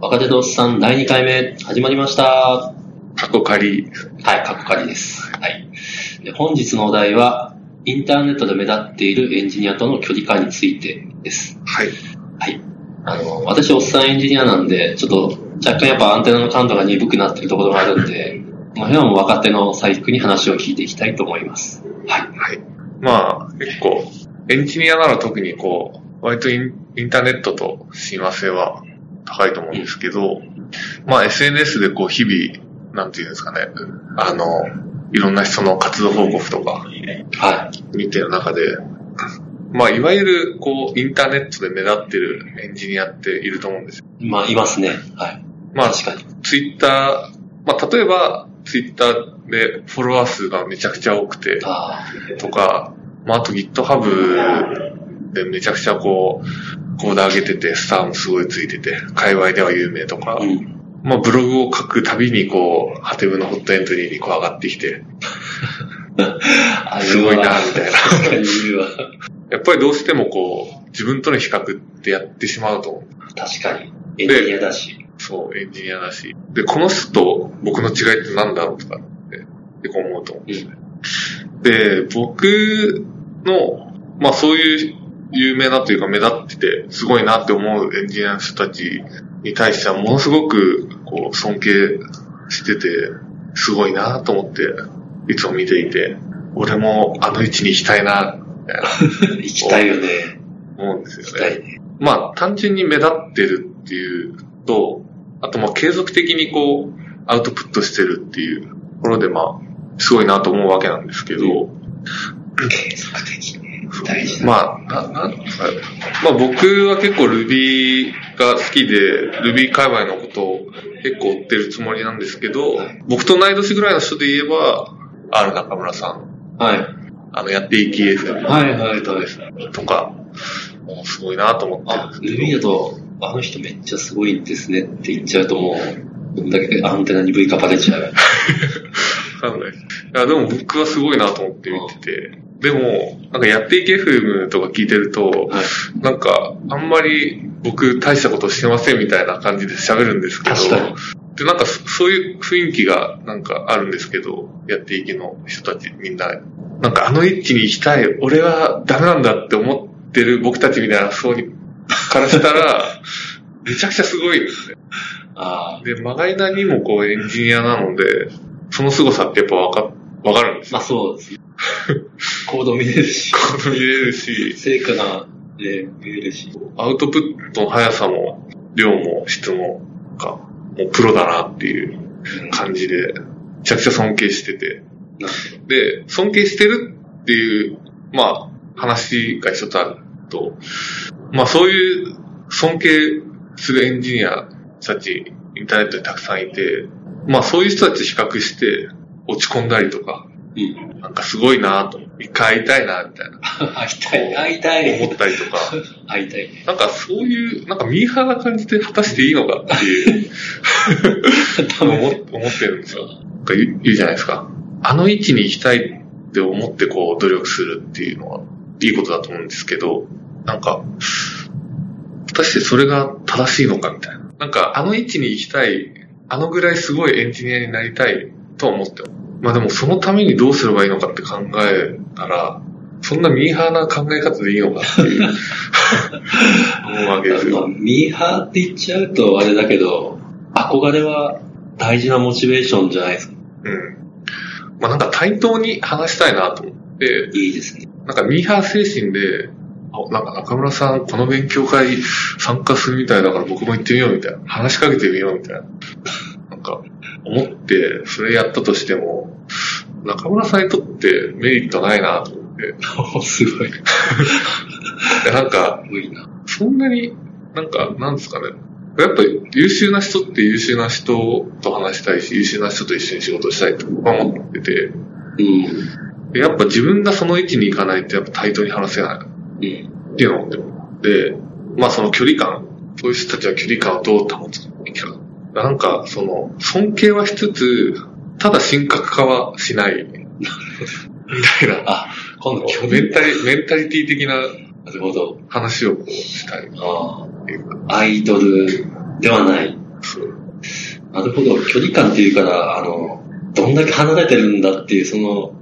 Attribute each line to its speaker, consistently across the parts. Speaker 1: 若手とおっさん第2回目始まりました。は
Speaker 2: 過去仮。
Speaker 1: い、カッコカリです。はい。で本日のお題は、インターネットで目立っているエンジニアとの距離感についてです。
Speaker 2: はい。
Speaker 1: はい。あの、私、おっさんエンジニアなんで、ちょっと若干やっぱアンテナの感度が鈍くなっているところがあるんで、この辺はもう若手の細工に話を聞いていきたいと思います。はい。
Speaker 2: はい。まあ、結構、エンジニアなら特にこう、割とインインターネットと親和性は高いと思うんですけど、まあ SNS でこう日々、なんていうんですかね、あの、いろんな人の活動報告とか
Speaker 1: はい。
Speaker 2: 見てる中で、まあいわゆるこうインターネットで目立ってるエンジニアっていると思うんですよ。
Speaker 1: まあ、いますね。はい。
Speaker 2: まあ
Speaker 1: 確かに。
Speaker 2: ツイッター、まあ例えばツイッターでフォロワー数がめちゃくちゃ多くて、
Speaker 1: あ
Speaker 2: とか、まあ、あと GitHub でめちゃくちゃこう、コード上げてて、スターもすごいついてて、界隈では有名とか
Speaker 1: あ、、うん。
Speaker 2: まあ、ブログを書くたびにこう、ハテブのホットエントリーにこう上がってきて、
Speaker 1: あ
Speaker 2: すごいな、みたいな。
Speaker 1: 確かにいるわ。
Speaker 2: やっぱりどうしてもこう、自分との比較ってやってしまうと思う。
Speaker 1: 確かに。エンジニアだし。
Speaker 2: そう、エンジニアだし。で、この人と僕の違いってなんだろうとかって、でこう思うと思う。
Speaker 1: うん。
Speaker 2: で、僕の、まあそういう有名なというか目立ってて、すごいなって思うエンジニアの人たちに対してはものすごくこう尊敬してて、すごいなと思って、いつも見ていて、俺もあの位置に行きたいな、
Speaker 1: 行きたいよね。
Speaker 2: 思うんです
Speaker 1: 行
Speaker 2: よ
Speaker 1: きた
Speaker 2: ね。
Speaker 1: いね。
Speaker 2: まあ単純に目立ってるっていうと、あとまあ継続的にこうアウトプットしてるっていうところでまあ、すごいなと思うわけなんですけど、
Speaker 1: 継続的ね。大事だ。
Speaker 2: まあ、な、なんですかねまあ僕は結構 Ruby が好きで、Ruby 界隈のことを結構追ってるつもりなんですけど
Speaker 1: はい、
Speaker 2: 僕と同い年ぐらいの人で言えば、R 中村さん、
Speaker 1: はい。
Speaker 2: あの、やっていき FM
Speaker 1: はいはいはい。
Speaker 2: とか、もうすごいなと思ってるん
Speaker 1: あ
Speaker 2: で、す
Speaker 1: ルビーだと、あの人めっちゃすごいんですねって言っちゃうともう、どんだけアンテナに V カパれちゃう。
Speaker 2: わかんない。いや、でも僕はすごいなと思って見てて、でも、なんかやっていき FM とか聞いてると、
Speaker 1: はい。
Speaker 2: なんか、あんまり僕大したことしてませんみたいな感じで喋るんですけど
Speaker 1: 確かに、
Speaker 2: で、なんかそそういう雰囲気がなんかあるんですけど、やっていきの人たちみんな、なんかあの位置に行きたい、俺はダメなんだって思ってる僕たちみたいなそうに、からしたら、 めちゃくちゃすごいですね。
Speaker 1: ああ。
Speaker 2: で、まがいなにもこうエンジニアなので、その凄さってやっぱわか、わかるんですよ。
Speaker 1: まあそう ですね。行動見れるし、
Speaker 2: こ の見れるし、
Speaker 1: 成果が、えー見れるし。
Speaker 2: アウトプットの速さも、量も質も、なんか、もうプロだなっていう感じで、めちゃくちゃ尊敬してて。
Speaker 1: なる
Speaker 2: で、尊敬してるっていう、まあ、話が一つあると、まあそういう尊敬するエンジニアたち、インターネットにたくさんいて、まあそういう人たち比較して落ち込んだりとか、
Speaker 1: うん。
Speaker 2: なんかすごいなと、一回会いたいなみたいな、
Speaker 1: 会いたい、会いたい。
Speaker 2: 思ったりとか、
Speaker 1: 会いたいね。
Speaker 2: なんかそういう、なんかミーハーな感じで果たしていいのかっていう、
Speaker 1: ダ
Speaker 2: 思思
Speaker 1: メ。
Speaker 2: ってるんですよ。なんか言う言うじゃないですか。あの位置に行きたいって思ってこう努力するっていうのは、いいことだと思うんですけど、なんか、果たしてそれが正しいのかみたいな。なんかあの位置に行きたい、あのぐらいすごいエンジニアになりたいとは思ってもまあでもそのためにどうすればいいのかって考えたら、そんなミーハーな考え方でいいのかっていう、思うわけですよ
Speaker 1: ま。あミーハーって言っちゃうとあれだけど、憧れは大事なモチベーションじゃないですか。
Speaker 2: うん。まあなんか対等に話したいなと思って、
Speaker 1: いいですね。
Speaker 2: なんかミーハー精神で、あなんか中村さんこの勉強会参加するみたいだから僕も行ってみようみたいな。話しかけてみようみたいな。なんか思ってそれやったとしても、中村さんにとってメリットないなと思って。
Speaker 1: おすごい。
Speaker 2: でなんか
Speaker 1: 無理な。
Speaker 2: そんなに、なんか、なんですかね。やっぱ優秀な人って優秀な人と話したいし、優秀な人と一緒に仕事したいと僕は思ってて、
Speaker 1: うん。
Speaker 2: でやっぱ自分がその位置に行かないとやっぱ対等に話せない
Speaker 1: うん。
Speaker 2: っていうのを思ってで、まあその距離感、そういう人たちは距離感をどう保つべきか。なんか、その、尊敬はしつつ、ただ神格化はしない。みたい な、
Speaker 1: あ、今度去
Speaker 2: メ
Speaker 1: 年
Speaker 2: ンタリ、メンタリティ的な
Speaker 1: なるほど。
Speaker 2: 話をこうしたい。
Speaker 1: ああアイドルではない。なるほど。距離感っていうから、あの、どんだけ離れてるんだっていう、その、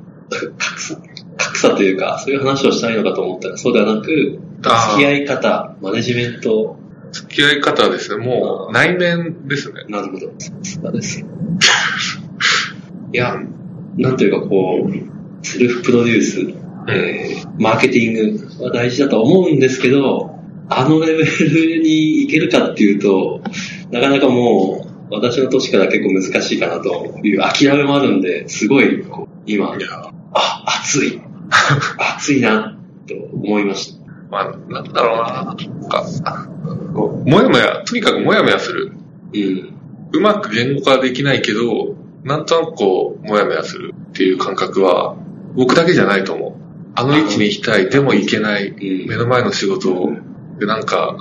Speaker 1: 格差、格差というか、そういう話をしたいのかと思ったら、そうではなく、
Speaker 2: あー
Speaker 1: 付き合い方、マネジメント、
Speaker 2: 付き合い方はですね、もう内面ですね。
Speaker 1: なるほど。そうです。いや、なんというかこう、セルフプロデュース、えーマーケティングは大事だと思うんですけど、あのレベルに行けるかっていうと、なかなかもう、私の年から結構難しいかなという諦めもあるんで、すごいこう今
Speaker 2: い、や、
Speaker 1: あ、熱い。熱いな、と思いまし
Speaker 2: まあ、なんだろうな、なんか、こうもやもや、とにかくもやもやする。
Speaker 1: た。うん。
Speaker 2: うまく言語化できないけど、なんとなくこう、もやもやするっていう感覚は、僕だけじゃないと思う。あの位置に行きたい、でも行けない、
Speaker 1: うん
Speaker 2: 目の前の仕事を、で、なんか、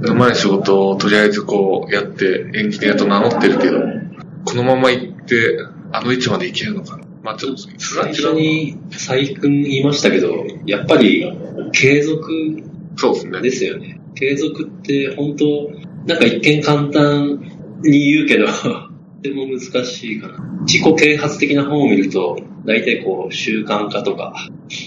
Speaker 2: 目の前の仕事をとりあえずこう、やって、エンジニアと名乗ってるけど、このまま行って、あの位置まで行けるのかな。まあちょっと、それ
Speaker 1: 最
Speaker 2: は違
Speaker 1: 初
Speaker 2: う
Speaker 1: に、佐伯くん言いましたけど、やっぱり、継続
Speaker 2: な。そうですね。
Speaker 1: ですよね。継続って本当、なんか一見簡単に言うけど、 とても難しいかな。自己啓発的な本を見ると、大体こう、習慣化とか、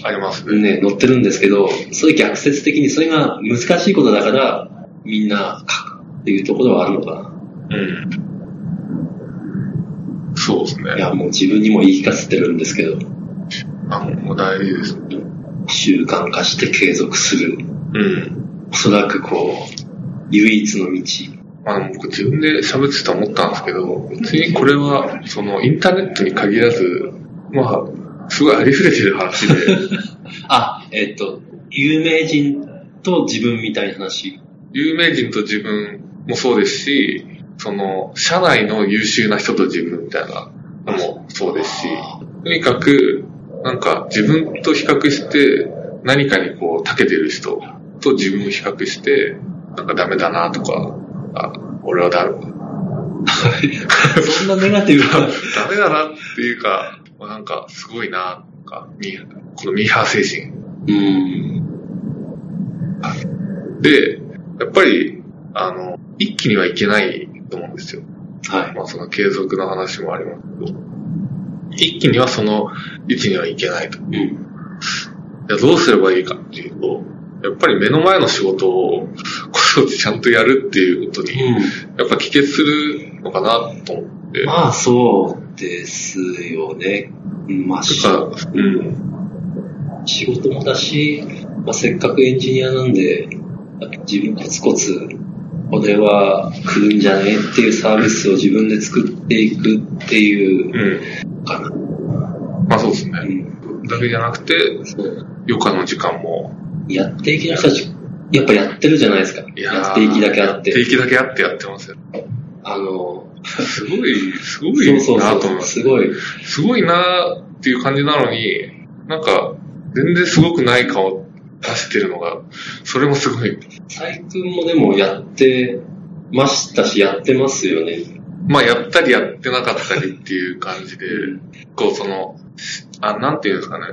Speaker 2: ありますね。
Speaker 1: ね、載ってるんですけど、そういう逆説的にそれが難しいことだから、みんな書くっていうところはあるのか
Speaker 2: うん。そうです
Speaker 1: な。い
Speaker 2: ね。
Speaker 1: や、もう自分にも言い聞かせてるんですけど、
Speaker 2: あの、もう大事です。
Speaker 1: 習慣化して継続する。
Speaker 2: うん。
Speaker 1: おそらくこう、唯一の道。
Speaker 2: あの、僕自分で喋ってて思ったんですけど、別にこれは、その、インターネットに限らず、まあ、すごいありふれてる話で、
Speaker 1: あ、えっと、有名人と自分みたいな話。
Speaker 2: 有名人と自分もそうですし、その、社内の優秀な人と自分みたいなのもそうですし、とにかく、なんか自分と比較して、何かにこう、長けてる人と自分を比較して、なんかダメだなとか、あ、俺はだ、
Speaker 1: そんなネガティブな。
Speaker 2: ダメだなっていうか、まあなんかすごいな、とか、ミーハーこのミーハー精神。
Speaker 1: うん。
Speaker 2: で、やっぱり、あの、一気にはいけないと思うんですよ。
Speaker 1: はい。
Speaker 2: まあその継続の話もありますけど、一気にはその位置にはいけないと。い
Speaker 1: うん。
Speaker 2: やどうすればいいかっていうと、やっぱり目の前の仕事を、こそちゃんとやるっていうことに、やっぱ帰結するのかなと思って。
Speaker 1: まあ、そうですよね。うんまあ、し
Speaker 2: だから、うん。
Speaker 1: 仕事もだし、まあ、せっかくエンジニアなんで、自分コツコツ、これは来るんじゃねっていうサービスを自分で作っていくっていう
Speaker 2: う。
Speaker 1: かな。うん
Speaker 2: まあそうですね。
Speaker 1: ん。
Speaker 2: だけじゃなくて、
Speaker 1: そう。
Speaker 2: 余暇の時間も、
Speaker 1: やっていきの人たち、やっぱやってるじゃないですか。
Speaker 2: いやー
Speaker 1: やっていきだけあっ
Speaker 2: 定
Speaker 1: て。
Speaker 2: 期だけあってやってますよ。
Speaker 1: あの、
Speaker 2: すごい、すご
Speaker 1: そう
Speaker 2: い
Speaker 1: そう
Speaker 2: なと
Speaker 1: そ。
Speaker 2: 思いうます。
Speaker 1: すごい。
Speaker 2: すごいなーっていう感じなのに、なんか、全然すごくない顔出してるのが、それもすごい。
Speaker 1: 最君もでもやってましたし、やってますよね。
Speaker 2: まあ、やったりやってなかったりっていう感じで、こう、その、あ、なんていうんですかね、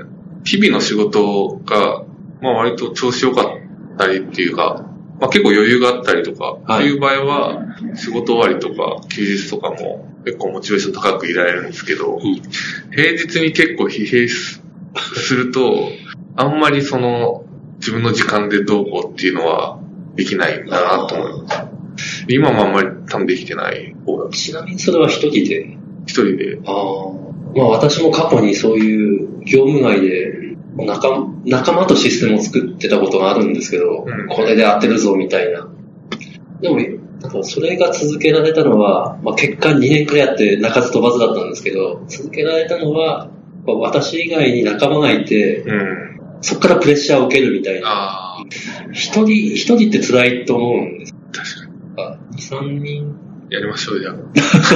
Speaker 2: 日々の仕事が、まあ、割と調子良かったりっていうか、まあ、結構余裕があったりとか、
Speaker 1: はい
Speaker 2: っていう場合は、仕事終わりとか、休日とかも、結構モチベーション高くいられるんですけど、
Speaker 1: ん
Speaker 2: 平日に結構疲弊すすると、あんまりその、自分の時間でどうこうっていうのは、できないんだなと思います。今もあんまり多分できてない方だ。
Speaker 1: ちなみにそれは一人で。
Speaker 2: 一人で。
Speaker 1: ああ。まあ私も過去にそういう業務外で仲仲間とシステムを作ってたことがあるんですけど、
Speaker 2: うん
Speaker 1: これで当てるぞみたいな。でも、なんかそれが続けられたのは、まあ、結果2年くらいやって泣かず飛ばずだったんですけど、続けられたのは、まあ私以外に仲間がいて、
Speaker 2: うん。
Speaker 1: そこからプレッシャーを受けるみたいな。
Speaker 2: ああ。
Speaker 1: 一人、一人って辛いと思うんです。確かに。二、三人。
Speaker 2: やりましょう、じゃあ。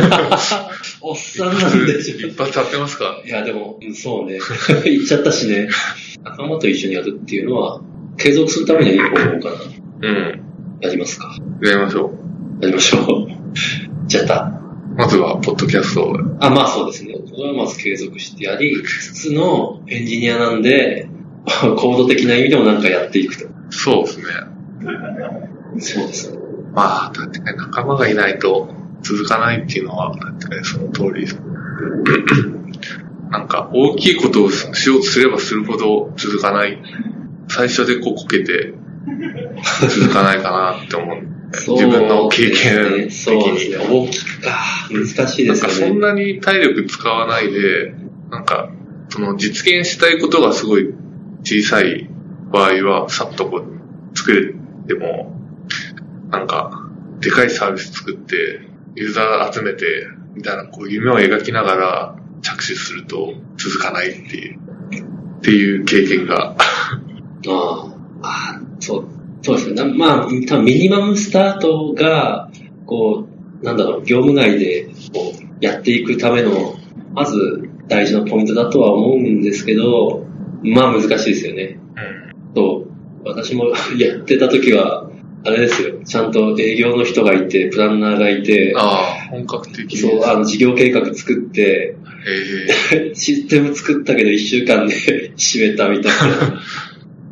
Speaker 1: おっさんなんでし
Speaker 2: 一発当てますか
Speaker 1: ょ。いや、でも、うんそうね。 言っちゃったしね。仲間と一緒にやるっていうのは、継続するためにはいい方法かな。
Speaker 2: うん。
Speaker 1: やりますか。
Speaker 2: やりましょう。
Speaker 1: やりましょう。 じゃあ、
Speaker 2: まずは、ポッドキャストを。
Speaker 1: あ、まあそうですね。これはまず継続してやり、つつのエンジニアなんで、 行動的な意味でもなんかやっていくと。
Speaker 2: そうですね。
Speaker 1: そうですね。
Speaker 2: まあ、確かに仲間がいないと、続かないっていうのは、なんていうかね、その通りです。 なんか、大きいことをしようとすればするほど続かない。最初でこうこけ て、続かないかなって思う。自分の経験的
Speaker 1: そうです
Speaker 2: に。
Speaker 1: ね。大きくか。難しいで
Speaker 2: なん
Speaker 1: す
Speaker 2: かそ
Speaker 1: よ
Speaker 2: ん
Speaker 1: ね。
Speaker 2: なに体力使わないで、なんか、その実現したいことがすごい小さい場合は、さっとこう作れても、なんか、でかいサービス作って、ユーザー集めて、みたいな、こう夢を描きながら着手すると続かないっていう、っていう経験が。
Speaker 1: ああああそう、そうですね。なまあ、多分ミニマムスタートが、こう、なんだろう、業務外で、こう、やっていくための、まず大事なポイントだとは思うんですけど、まあ難しいですよね。そう。私も やってた時は、あれですよ。ちゃんと営業の人がいて、プランナーがいて、
Speaker 2: ああ、本格的です。
Speaker 1: そう、あの、事業計画作って、
Speaker 2: え
Speaker 1: システム作ったけど1週間で 閉めたみたいな。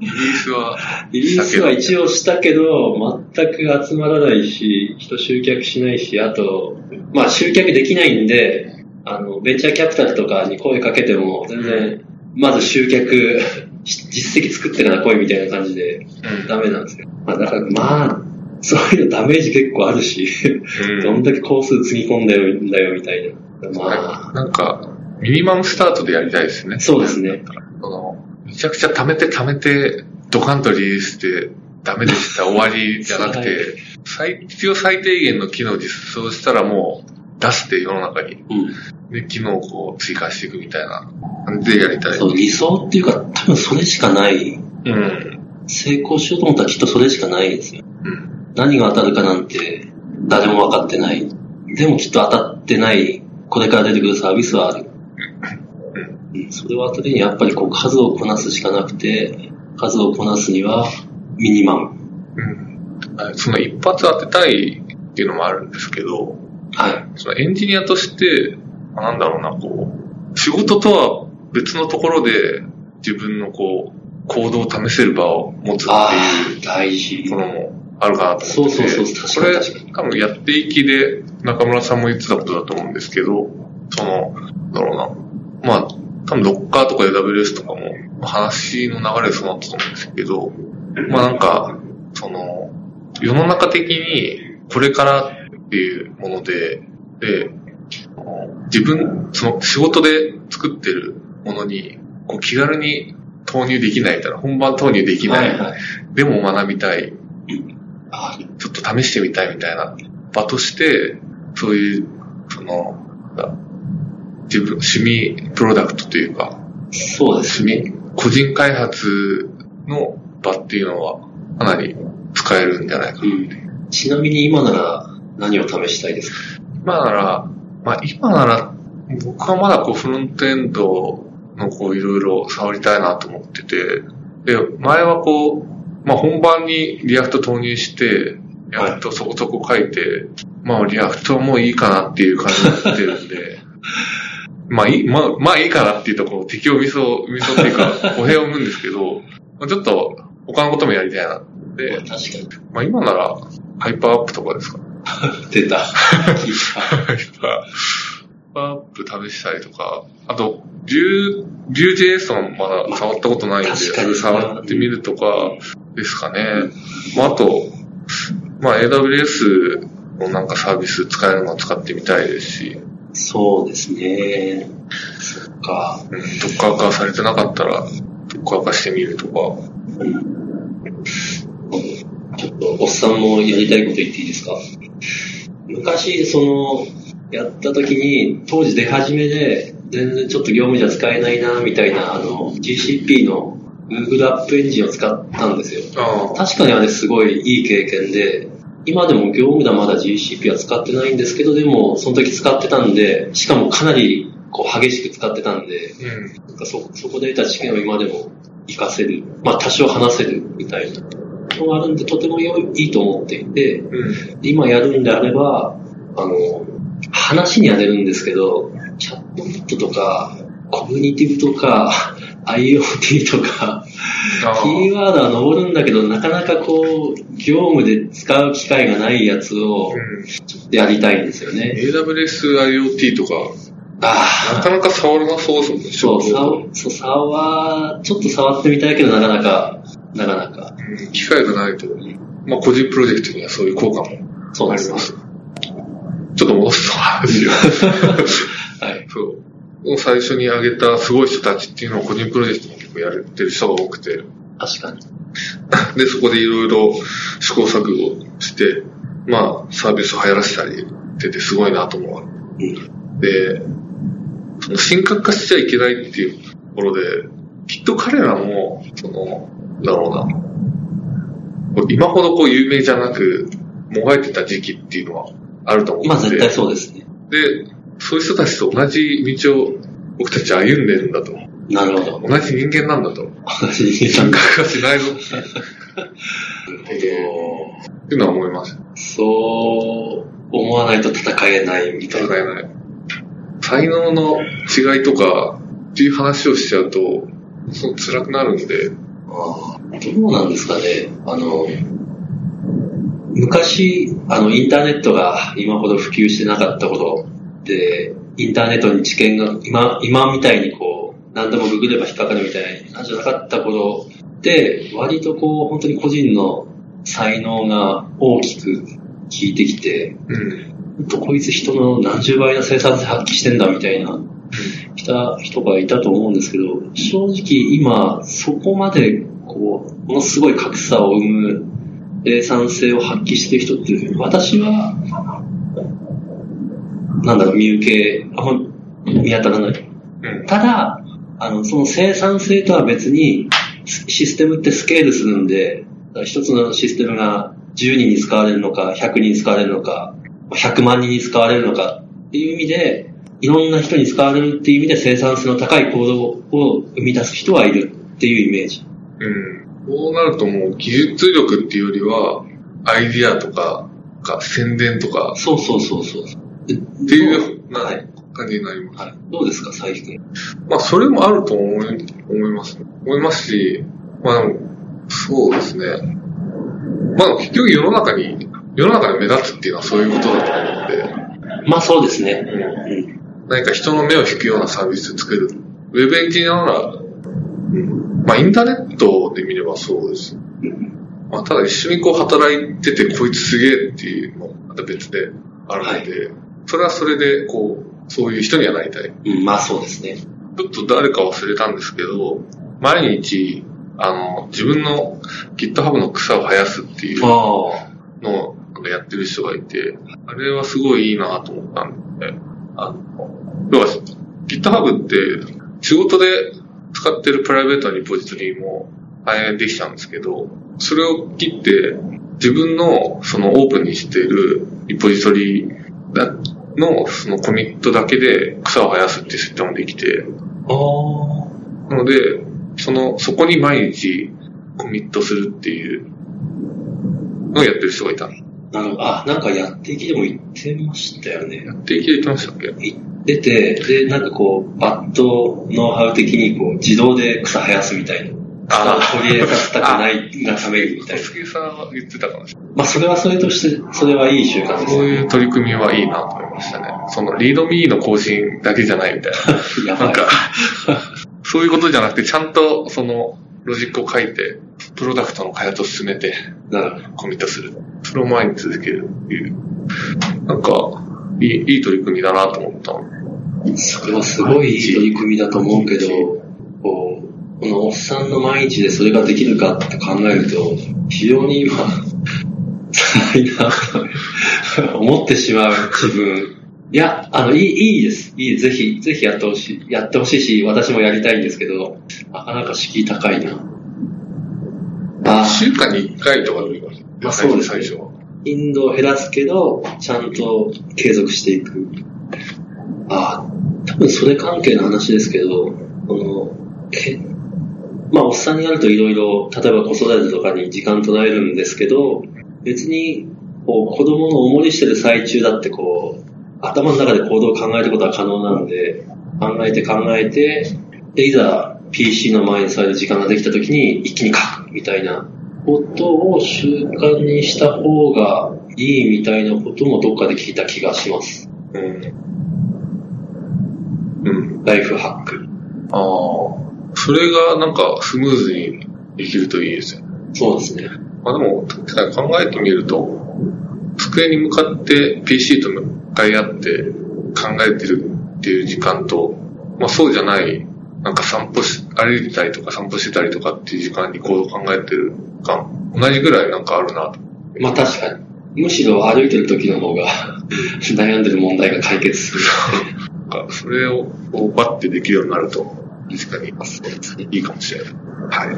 Speaker 2: えイギリスは、
Speaker 1: リリースは一応したけど、全く集まらないし、人集客しないし、あと、まあ集客できないんで、あの、ベンチャーキャピタルとかに声かけても、全然、まず集客、実績作ってから来いみたいな感じで、
Speaker 2: う
Speaker 1: ダメなんですよ。まあだから、まあ、そういうのダメージ結構あるし、
Speaker 2: ん
Speaker 1: どんだけ工数つぎ込んだよ、んだよみたいな。まあ、
Speaker 2: なんか、ミニマムスタートでやりたいですね。
Speaker 1: そうですね。
Speaker 2: その、めちゃくちゃ貯めて貯めて、ドカンとリリースして、ダメでした、終わりじゃなくて、最必要最低限の機能を実装したらもう出して世の中に、
Speaker 1: うん。
Speaker 2: で、機能をこう追加していくみたいな感じでやりたい。
Speaker 1: そう、理想っていうか、多分それしかない。
Speaker 2: うん。
Speaker 1: 成功しようと思ったらきっとそれしかないですよ。
Speaker 2: うん。
Speaker 1: 何が当たるかなんて、誰も分かってない。でもきっと当たってない、これから出てくるサービスはある。うん、それは後でにやっぱりこう数をこなすしかなくて、数をこなすにはミニマム。
Speaker 2: うんあ。その一発当てたいっていうのもあるんですけど、
Speaker 1: はい。
Speaker 2: そのエンジニアとして、まあなんだろうな、こう、仕事とは別のところで自分のこう、行動を試せる場を持つって
Speaker 1: あ
Speaker 2: いう
Speaker 1: あ、大事。
Speaker 2: ものもあるかなと
Speaker 1: そ
Speaker 2: 思
Speaker 1: う
Speaker 2: って
Speaker 1: そう
Speaker 2: て
Speaker 1: そう、確かに確か
Speaker 2: これ、多分やっていきで、中村さんも言ってたことだと思うんですけど、その、なんだろうな、まあ、多分 Docker とか AWS とかも話の流れでそうなったと思うんですけど、まあなんか、その、世の中的にこれからっていうもので、で、その自分、その仕事で作ってるものに、こう気軽に投入できないみたいな、本番投入でき
Speaker 1: に。
Speaker 2: な
Speaker 1: はい
Speaker 2: い、
Speaker 1: はい。
Speaker 2: でも学びたい、
Speaker 1: あ
Speaker 2: ちょっと試してみたいみたいな場として、そういう、その、な自分、趣味プロダクトというか、
Speaker 1: そうです
Speaker 2: 趣味、個人開発の場っていうのは、かなり使えるんじゃないか
Speaker 1: う。ん。ちなみに今なら何を試したいですか
Speaker 2: 今なら、まあ今なら、僕はまだこうフロントエンドのこういろいろ触りたいなと思ってて、で、前はこう、まあ本番にリアクト投入して、やっとそこそこ書いて、まあリアクトはもういいかなっていう感じになってるんで、 まあいい、まあ、まあいいかなっていうとこう敵を見そう、見そうっていうか、語弊を生むんですけど、まあ、ちょっと他のこともやりたいなって
Speaker 1: 確、かに。
Speaker 2: まあ今ならハイパーアップとかですかね
Speaker 1: 出た。聞い
Speaker 2: ハイパーアップ試したりとか、あと、Vue、Vue.js もまだ触ったことないんで、
Speaker 1: 確
Speaker 2: そ
Speaker 1: かに
Speaker 2: れ触ってみるとかですかね。まあ、あと、まあ、AWS のなんかサービス使えるのを使ってみたいですし、うん、
Speaker 1: た。 そうですね。そっか。
Speaker 2: Docker 化されてなかったら、Docker 化してみるとか。
Speaker 1: ちょっと、おっさんもやりたいこと言っていいですか昔、その、やった時に、当時出始めで、全然ちょっと業務じゃ使えないな、みたいな、あの、GCP の Google アップエンジンを使ったんですよ。
Speaker 2: あ
Speaker 1: 確かにあれすごいいい経験で、今でも業務だまだ GCP は使ってないんですけど、でも、その時使ってたんで、しかもかなり、こう、激しく使ってたんで、
Speaker 2: うん。
Speaker 1: なんかそそこで得た知見を今でも活かせる、まあ多少話せるみたいなのがあるんで、とても良いいいと思っていて、
Speaker 2: うん。
Speaker 1: 今やるんであれば、あの、話には出るんですけど、チャットボットとか、コミュニティブとか、IoT とか、キーワードは登るんだけど、なかなかこう、業務で使う機会がないやつを
Speaker 2: うん
Speaker 1: やりたいんですよね。
Speaker 2: AWS IoT とか、な
Speaker 1: あ
Speaker 2: かなか触らなそうですもんね、
Speaker 1: あ、そう、
Speaker 2: 消
Speaker 1: さ
Speaker 2: 防
Speaker 1: そう、さは、ちょっと触ってみたいけど、なかなか、なかなか。
Speaker 2: うん機会がないと、まあ、個人プロジェクトにはそういう効果も
Speaker 1: そう
Speaker 2: あ
Speaker 1: で
Speaker 2: り
Speaker 1: す
Speaker 2: ます。ちょっと戻すと話を。
Speaker 1: はい。
Speaker 2: そう。もう最初に挙げたすごい人たちっていうのを個人プロジェクトに結構やれてる人が多くて、
Speaker 1: 確かに。
Speaker 2: で、そこでいろいろ試行錯誤して、まあ、サービスを流行らせたりっててすごいなと思うわ
Speaker 1: うん。
Speaker 2: で、その神格化しちゃいけないっていうところで、きっと彼らも、その、なんだろうな、こう今ほどこう有名じゃなく、もがいてた時期っていうのはあると思う
Speaker 1: まあ
Speaker 2: ので、
Speaker 1: 絶対そうですね。
Speaker 2: で、そういう人たちと同じ道を僕たち歩んでるんだと。
Speaker 1: なるほど。
Speaker 2: 同じ人間なん だと。
Speaker 1: 私に
Speaker 2: 神
Speaker 1: なんか。
Speaker 2: 格化 しないぞっていうのは思います。
Speaker 1: そう、思わないと戦えないみたいな。
Speaker 2: 戦えない。才能の違いとかっていう話をしちゃうと、そう辛くなるんで、
Speaker 1: あーどうなんですかね。あの、昔、あの、インターネットが今ほど普及してなかったことで、インターネットに知見が今、今みたいにこう、何でもググれば引っかかるみたいなんじゃなかった頃で、割とこう、本当に個人の才能が大きく効いてきて、
Speaker 2: うん。
Speaker 1: ほんとこいつ人の何十倍の生産性発揮してんだみたいな、来た人がいたと思うんですけど、正直今、そこまで、こう、ものすごい格差を生む、生産性を発揮してる人って、私は、なんだろう、見受け、あんま見当たらない。
Speaker 2: うん。
Speaker 1: ただ、あの、その生産性とは別に、スシステムってスケールするんで、一つのシステムが10人に使われるのか、100人に使われるのか、100万人に使われるのかっていう意味で、いろんな人に使われるっていう意味で生産性の高い行動を生み出す人はいるっていうイメージ。
Speaker 2: うん。こうなるともう技術力っていうよりは、アイディアとか、か宣伝とか
Speaker 1: そうそうそうそう。って
Speaker 2: っていうな
Speaker 1: はい。
Speaker 2: 感じになります。
Speaker 1: はい、どうですか、佐伯君。
Speaker 2: まあ、それもあると思い思います。思いますし、まあでも、そうですね。まあ結局世の中に、世の中で目立つっていうのはそういうことだと思
Speaker 1: まあそうですね。
Speaker 2: うんで、うん
Speaker 1: うん。
Speaker 2: 何か人の目を引くようなサービスを作る。ウェブエンジニアなら、うん、まあインターネットで見ればそうです。まあただ一緒にこう働いてて、こいつすげえっていうのもまた別であるので、それはそれで、こう、そういう人にはなりたい。
Speaker 1: うん、まあそうですね。
Speaker 2: ちょっと誰か忘れたんですけど、毎日、あの、自分の GitHub の草を生やすっていう
Speaker 1: ああ。
Speaker 2: のをなんかやってる人がいて、あれはすごいいいなと思ったんで、あの、要は GitHub って仕事で使ってるプライベートなリポジトリも反映できちゃうんですけど、それを切って自分のそのオープンにしてるリポジトリだのそのコミットだけで草を生やすっていう設定もできて、
Speaker 1: ああ。
Speaker 2: なので、その、そこに毎日コミットするっていうのをやってる人がいたの。
Speaker 1: なるほど。あ、なんかやってきでも言ってましたよね。
Speaker 2: 定期で言ってましたっけ
Speaker 1: 出て、で、なんかこう、バットノウハウ的にこう、自動で草生やすみたいな。
Speaker 2: あ
Speaker 1: 草を取り入れさせたくないがためにみたいな。
Speaker 2: 杉さんは言ってたかもしれ
Speaker 1: まあ、それはそれとして、それはいい習慣
Speaker 2: ない。
Speaker 1: です
Speaker 2: そう
Speaker 1: ね。
Speaker 2: いう取り組みはいいなと思いましたね。その、リードミーの更新だけじゃないみたい
Speaker 1: や
Speaker 2: な。な
Speaker 1: ば
Speaker 2: ん
Speaker 1: い。
Speaker 2: か、そういうことじゃなくて、ちゃんとその、ロジックを書いて、プロダクトの開発を進めて、
Speaker 1: なるほ
Speaker 2: コミットする。それを前に続けるっていう。なんか、いい、いい取り組みだなと思ったの
Speaker 1: ど。それはすごいいい取り組みだと思うけど、こう、このおっさんの毎日でそれができるかって考えると、非常に今、辛いなと思ってしまう自分。いや、あの、いい、いいです。いい、ぜひ、ぜひやってほしい、やってほしいし、私もやりたいんですけど、なかなか敷居高いな。
Speaker 2: 一
Speaker 1: あ、
Speaker 2: 週間に一回とかでもいいかもしれない
Speaker 1: まあそうですね
Speaker 2: 最初は。
Speaker 1: 頻度を減らすけど、ちゃんと継続していく。ああ、多分それ関係の話ですけど、この、けまあ、おっさんになるといろいろ、例えば子育てとかに時間取られるんですけど、別に、こう、子供のおもりしてる最中だってこう、頭の中で行動を考えることは可能なので、考えて考えて、で、いざ PC の前に座る時間ができた時に一気に書くみたいなことを習慣にした方がいいみたいなこともどっかで聞いた気がします。うん。
Speaker 2: うん。
Speaker 1: ライフハック。
Speaker 2: ああ。それがなんかスムーズにできるといいですよね。
Speaker 1: そうですね。
Speaker 2: まあでも、確かに考えてみると、机に向かって PC と向かい合って考えてるっていう時間と、まあそうじゃない、なんか散歩し、歩いてたりとか散歩してたりとかっていう時間に行動を考えてる時間、同じぐらいなんかあるなと。
Speaker 1: まあ確かに。むしろ歩いてる時の方が 悩んでる問題が解決する。
Speaker 2: なんかそれをこうバッてできるようになると、確かに
Speaker 1: そうですね。
Speaker 2: いいかもしれない。はい。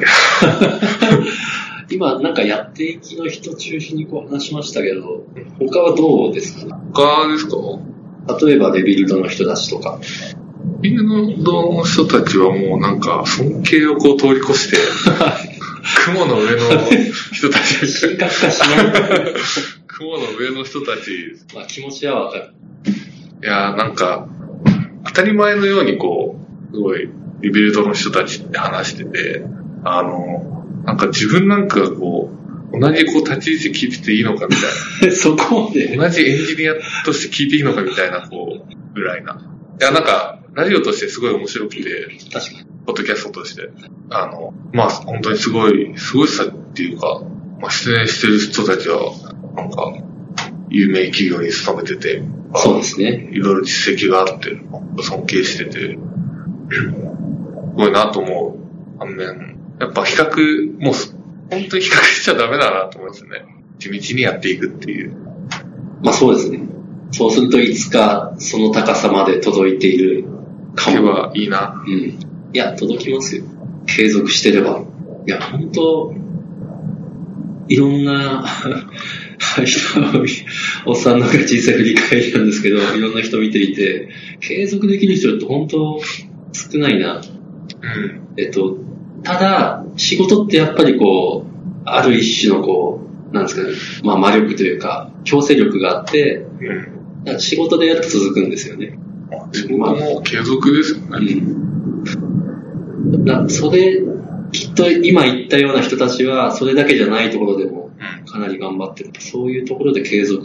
Speaker 1: 今なんかやっていきの人中心にこう話しましたけど、他はどうですか
Speaker 2: 他ですか
Speaker 1: 例えばデビルドの人たちと か。
Speaker 2: ビルドの人たちはもうなんか尊敬をこう通り越して、雲の上の人たち
Speaker 1: 深刻化しない。
Speaker 2: 雲の上の人たち、
Speaker 1: まあ気持ちはわかる。
Speaker 2: いやーなんか、当たり前のようにこう、すごい、リビルドの人たちって話してて、あの、なんか自分なんかこう、同じこう立ち位置聞いてていいのかみ た
Speaker 1: そこま
Speaker 2: い
Speaker 1: で。
Speaker 2: な、同じエンジニアとして聞いていいのかみたいな、こう、ぐらいな。いや、なんか、ラジオとしてすごい面白くて、
Speaker 1: 確かに。
Speaker 2: ポッドキャストとして。あの、まあ、本当にすごい、すごいさっていうか、まあ、出演してる人たちは、なんか、有名企業に勤めてて、
Speaker 1: そうですね。
Speaker 2: いろいろ実績があって、尊敬してて、す ごいなと思う。反面、やっぱ比較、もう、本当に比較しちゃダメだなと思いますね。地道にやっていくっていう。
Speaker 1: まあそうですね。そうするといつかその高さまで届いているか
Speaker 2: け
Speaker 1: も。
Speaker 2: ばいいな。
Speaker 1: うん。いや、届きますよ。継続してれば。いや、本当いろんな 人を見おっさんの人生振り返りなんですけど、いろんな人見ていて、継続できる人って本当少ないな。
Speaker 2: うん。
Speaker 1: えっと、ただ、仕事ってやっぱりこう、ある一種のこう、なんですかね、まあ魔力というか、強制力があって、
Speaker 2: うん。
Speaker 1: なんか仕事でやると続くんですよね。
Speaker 2: まあ自分はもう継続ですよね。
Speaker 1: うん。なそれ、きっと今言ったような人たちは、それだけじゃないところでも
Speaker 2: うん。
Speaker 1: かなり頑張ってる。そういうところで継続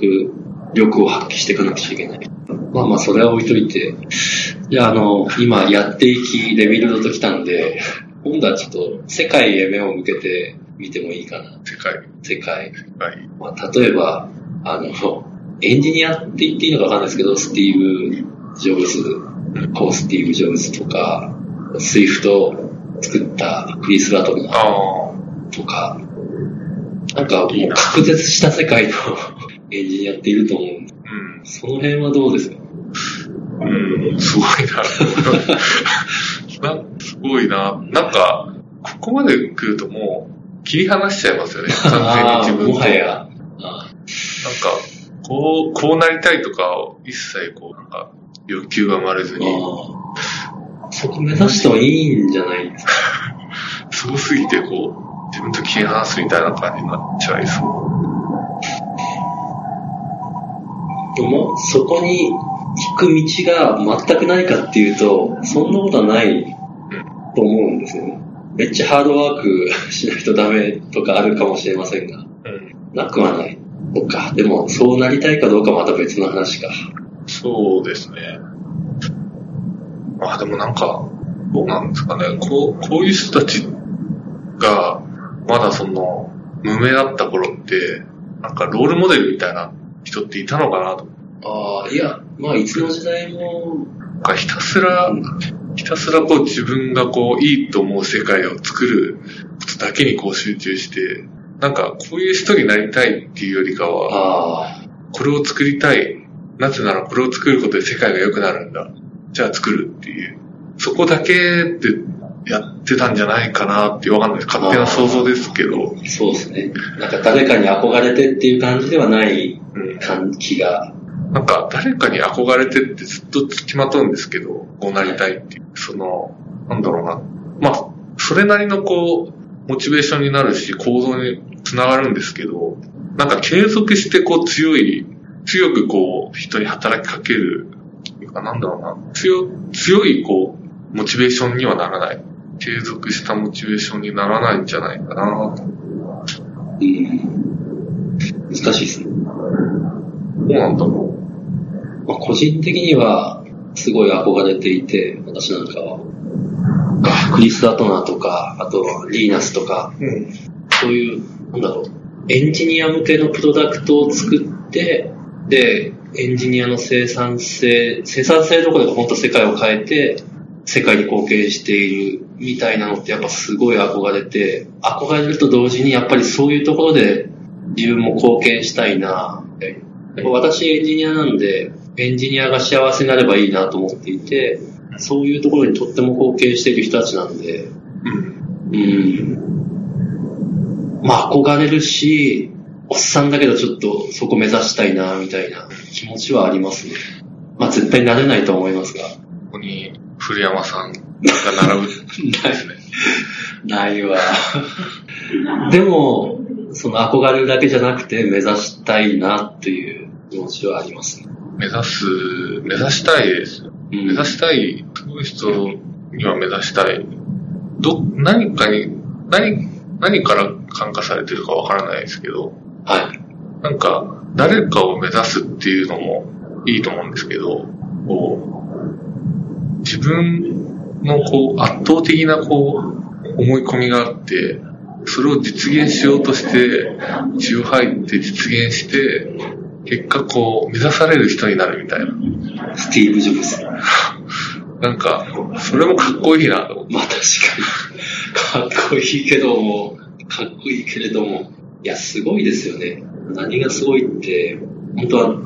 Speaker 1: 力を発揮していかなくちゃいけない。まあまあ、それは置いといて。じゃあ、あの、今やっていき、レビルドと来たんで、今度はちょっと世界へ目を向けて見てもいいかな。
Speaker 2: 世界、
Speaker 1: 世界。
Speaker 2: 世界。
Speaker 1: まあ、例えば、あの、エンジニアって言っていいのかわかんないですけど、スティーブ・ジョブズ、こうスティーブ・ジョブズとか、スイフトを作ったクリス・ラトナ
Speaker 2: ああ。
Speaker 1: とか、なんかもう隔絶した世界のエンジニアっていると思うんで、
Speaker 2: うん。
Speaker 1: その辺はどうですか
Speaker 2: うん、すごいな。なすごいな。なんか、ここまで来るともう、切り離しちゃいますよね。完
Speaker 1: ああ
Speaker 2: 全に自分
Speaker 1: も
Speaker 2: と。
Speaker 1: は
Speaker 2: なんか、
Speaker 1: や。あ
Speaker 2: こう、こうなりたいとかを一切こう、なんか、欲求が生まれず
Speaker 1: あ
Speaker 2: に、
Speaker 1: そこ目指してもいいんじゃないですか。
Speaker 2: すごすぎてこう、自分と切り離すみたいな感じになっちゃいそう。
Speaker 1: でも、そこに行く道が全くないかっていうと、そんなことはないと思うんですよね。めっちゃハードワークしないとダメとかあるかもしれませんが、
Speaker 2: うん。
Speaker 1: なくはない。そっか。でも、そうなりたいかどうかはまた別の話か。
Speaker 2: そうですね。まあでもなんか、どうなんですかね。こう、こういう人たちが、まだその、無名だった頃って、なんかロールモデルみたいな人っていたのかなと。
Speaker 1: ああ、いや、まあ、いつの時代も、
Speaker 2: なんかひたすら、ひたすらこう自分がこう、いいと思う世界を作ることだけにこう集中して、なんかこういう人になりたいっていうよりかは、
Speaker 1: あ
Speaker 2: これを作りたい。なぜならこれを作ることで世界が良くなるんだ。じゃあ作るっていう。そこだけでやってたんじゃないかなってわかんないです。勝手な想像ですけど。
Speaker 1: あ、そうですね。なんか誰かに憧れてっていう感じではない
Speaker 2: うん
Speaker 1: 感じが、
Speaker 2: なんか誰かに憧れてってずっと付きまとうんですけど、こうなりたいっていう。その、なんだろうな。まあ、それなりのこう、モチベーションになるし、行動につながるんですけど、なんか継続してこう強い、強くこう人に働きかける、かなんだろうな、強、強いこう、モチベーションにはならない。継続したモチベーションにならないんじゃないかなと。
Speaker 1: うん。難しいですね。
Speaker 2: どうなんだろ
Speaker 1: まあ、個人的には、すごい憧れていて、私なんかは。クリス・ダトナーとか、あとはリーナスとか、
Speaker 2: う。うん。
Speaker 1: そういう、なんだろう、エンジニア向けのプロダクトを作って、で、エンジニアの生産性、生産性どころか本当世界を変えて、世界に貢献しているみたいなのってやっぱすごい憧れて、憧れると同時にやっぱりそういうところで自分も貢献したいな、みたいな
Speaker 2: うん
Speaker 1: 私エンジニアなんで、エンジニアが幸せになればいいなと思っていて、そういうところにとっても貢献している人たちなんで、
Speaker 2: うん。
Speaker 1: うん。まあ憧れるし、おっさんだけどちょっとそこ目指したいな、みたいな気持ちはありますね。まあ絶対なれないとは思いますが。
Speaker 2: ここに、古山さんが並ぶんですね。
Speaker 1: ないわ。 でも、その憧れるだけじゃなくて目指したいなっていう気持ちはありますね。
Speaker 2: 目指す、目指したいですよ。
Speaker 1: 目
Speaker 2: 目指したい、すごい人には目指したい。ど、何かに、何、何から感化されてるかわからないですけど、
Speaker 1: はい。
Speaker 2: なんか、誰かを目指すっていうのもいいと思うんですけど、こう、自分のこう、圧倒的なこう、思い込みがあって、それを実現しようとして、血を吐いて実現して、結果こう、目指される人になるみたいな。
Speaker 1: スティーブ・ジョブズ。
Speaker 2: なんか、それもかっこいいなと思って。
Speaker 1: まあ確かに。かっこいいけども、かっこいいけれども、いや、すごいですよね。何がすごいって、本当は、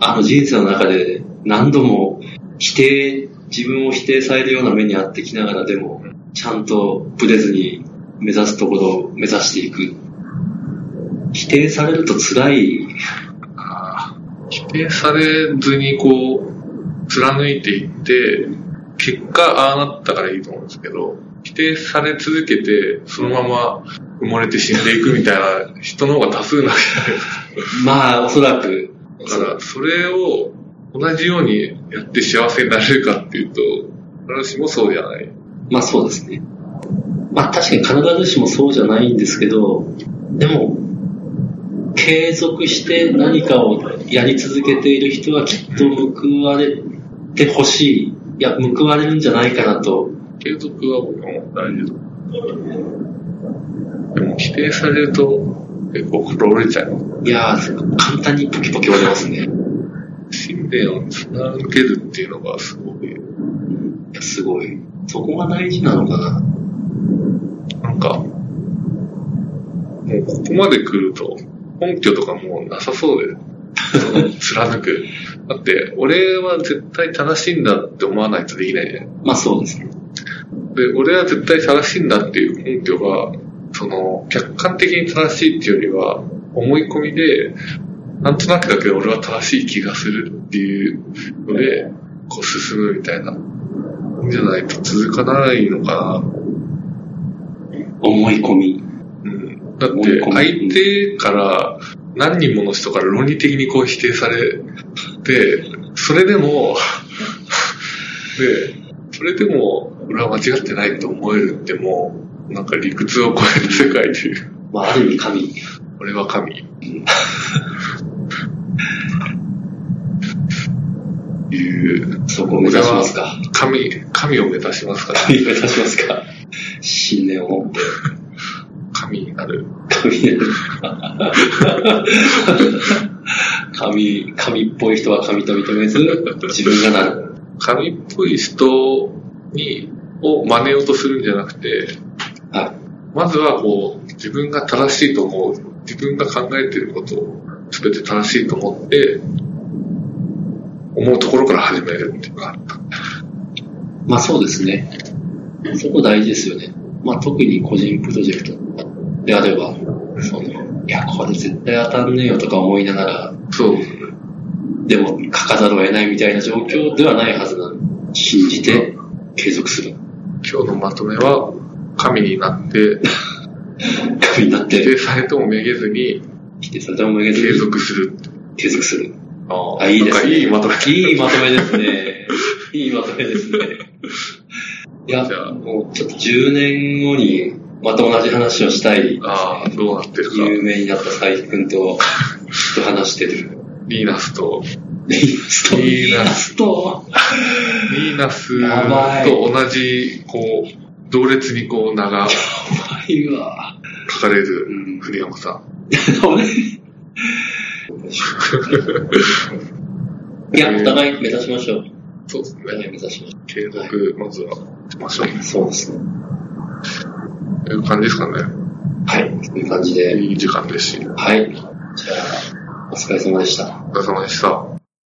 Speaker 1: あの人生の中で何度も否定、自分を否定されるような目にあってきながらでも、ちゃんとブレずに目指すところを目指していく。否定されると辛い。
Speaker 2: あー否定されずにこう、貫いていって、結果ああなったからいいと思うんですけど、否定され続けて、そのまま埋もれて死んでいくみたいな人の方が多数なわけじゃないですか。
Speaker 1: まあ、おそらく、
Speaker 2: だから、それを同じようにやって幸せになれるかっていうと、必ずしもそうじゃない。
Speaker 1: まあそうですね。まあ確かに必ずしもそうじゃないんですけど、でも、継続して何かをやり続けている人はきっと報われてほしい。いや、報われるんじゃないかなと。
Speaker 2: 継続は僕も大事だ。でも否定されると、結構心折れちゃう。
Speaker 1: いやー、簡単にポキポキ割れますね。
Speaker 2: 信念を貫けるっていうのがすごい、
Speaker 1: いやすごい。そこが大事なのかな。
Speaker 2: なんか、もうここまで来ると、根拠とかもうなさそうで、その貫く。だって、俺は絶対正しいんだって思わないとできないじゃん。
Speaker 1: まあそうですね。
Speaker 2: で、俺は絶対正しいんだっていう根拠が、その、客観的に正しいっていうよりは、思い込みで、なんとなくだけど俺は正しい気がするっていうので、こう進むみたいな、じゃないと続かないのかな
Speaker 1: 思い込み。
Speaker 2: うんだっ
Speaker 1: 思い
Speaker 2: て、
Speaker 1: 込む
Speaker 2: 相手から、何人もの人から論理的にこう否定されて、それでも、 で、それでも、俺は間違ってないと思えるってもう、なんか理屈を超えた世界という、
Speaker 1: まあある意味神。
Speaker 2: 俺は神。いう、
Speaker 1: そこを目指しますか。
Speaker 2: 神、神を目指しますから、
Speaker 1: 神 を目指しますか。信念を持って。
Speaker 2: 神になる。
Speaker 1: 神 神、神っぽい人は神と認 めず、自分がなる。
Speaker 2: 神っぽい人に、を真似ようとするんじゃなくて、
Speaker 1: は
Speaker 2: まずはこう、自分が正しいと思う、自分が考えていることを全て正しいと思って、思うところから始めるっていうか、
Speaker 1: い。まあそうですね。そこ大事ですよね。まあ特に個人プロジェクトであれば、その、いや、これ絶対当たんねえよとか思いながら、
Speaker 2: そう、
Speaker 1: でも書かざるを得ないみたいな状況ではないはずなの。信じて継続する。
Speaker 2: 今日のまとめは、神になって、
Speaker 1: 神になっ
Speaker 2: 否定
Speaker 1: て、
Speaker 2: されてもめげずに、
Speaker 1: 否定されてもめげず
Speaker 2: 継
Speaker 1: に
Speaker 2: 続するって。
Speaker 1: 継続する。
Speaker 2: あ
Speaker 1: あ、いいです
Speaker 2: なん
Speaker 1: ね。
Speaker 2: かいいまとめ。
Speaker 1: いいまとめですね。いいまとめですね。いや
Speaker 2: じゃ、あ
Speaker 1: もうちょっと10年後にまた同じ話をしたい。
Speaker 2: ああ、どうなってるか。
Speaker 1: 有名になった佐伯くんと、ずっと話してる。
Speaker 2: リーナスと、
Speaker 1: リーナスト。
Speaker 2: リーナ
Speaker 1: スト。
Speaker 2: リーナス
Speaker 1: やばい
Speaker 2: と同じ、こう、同列にこう名
Speaker 1: 怖
Speaker 2: が
Speaker 1: い わ。
Speaker 2: 書かれ
Speaker 1: う
Speaker 2: る
Speaker 1: ん。
Speaker 2: 栗山さん。
Speaker 1: 俺いや、お互い目指しましょう。
Speaker 2: そうです
Speaker 1: お互
Speaker 2: ね。
Speaker 1: い目指しましょ
Speaker 2: 継続、まずはしましょう。
Speaker 1: う。そうですね。
Speaker 2: という感じですかね。
Speaker 1: はい。という感じで。
Speaker 2: いい時間ですし、
Speaker 1: はい。じゃあ、お疲れ様でした。
Speaker 2: お疲れ様でした。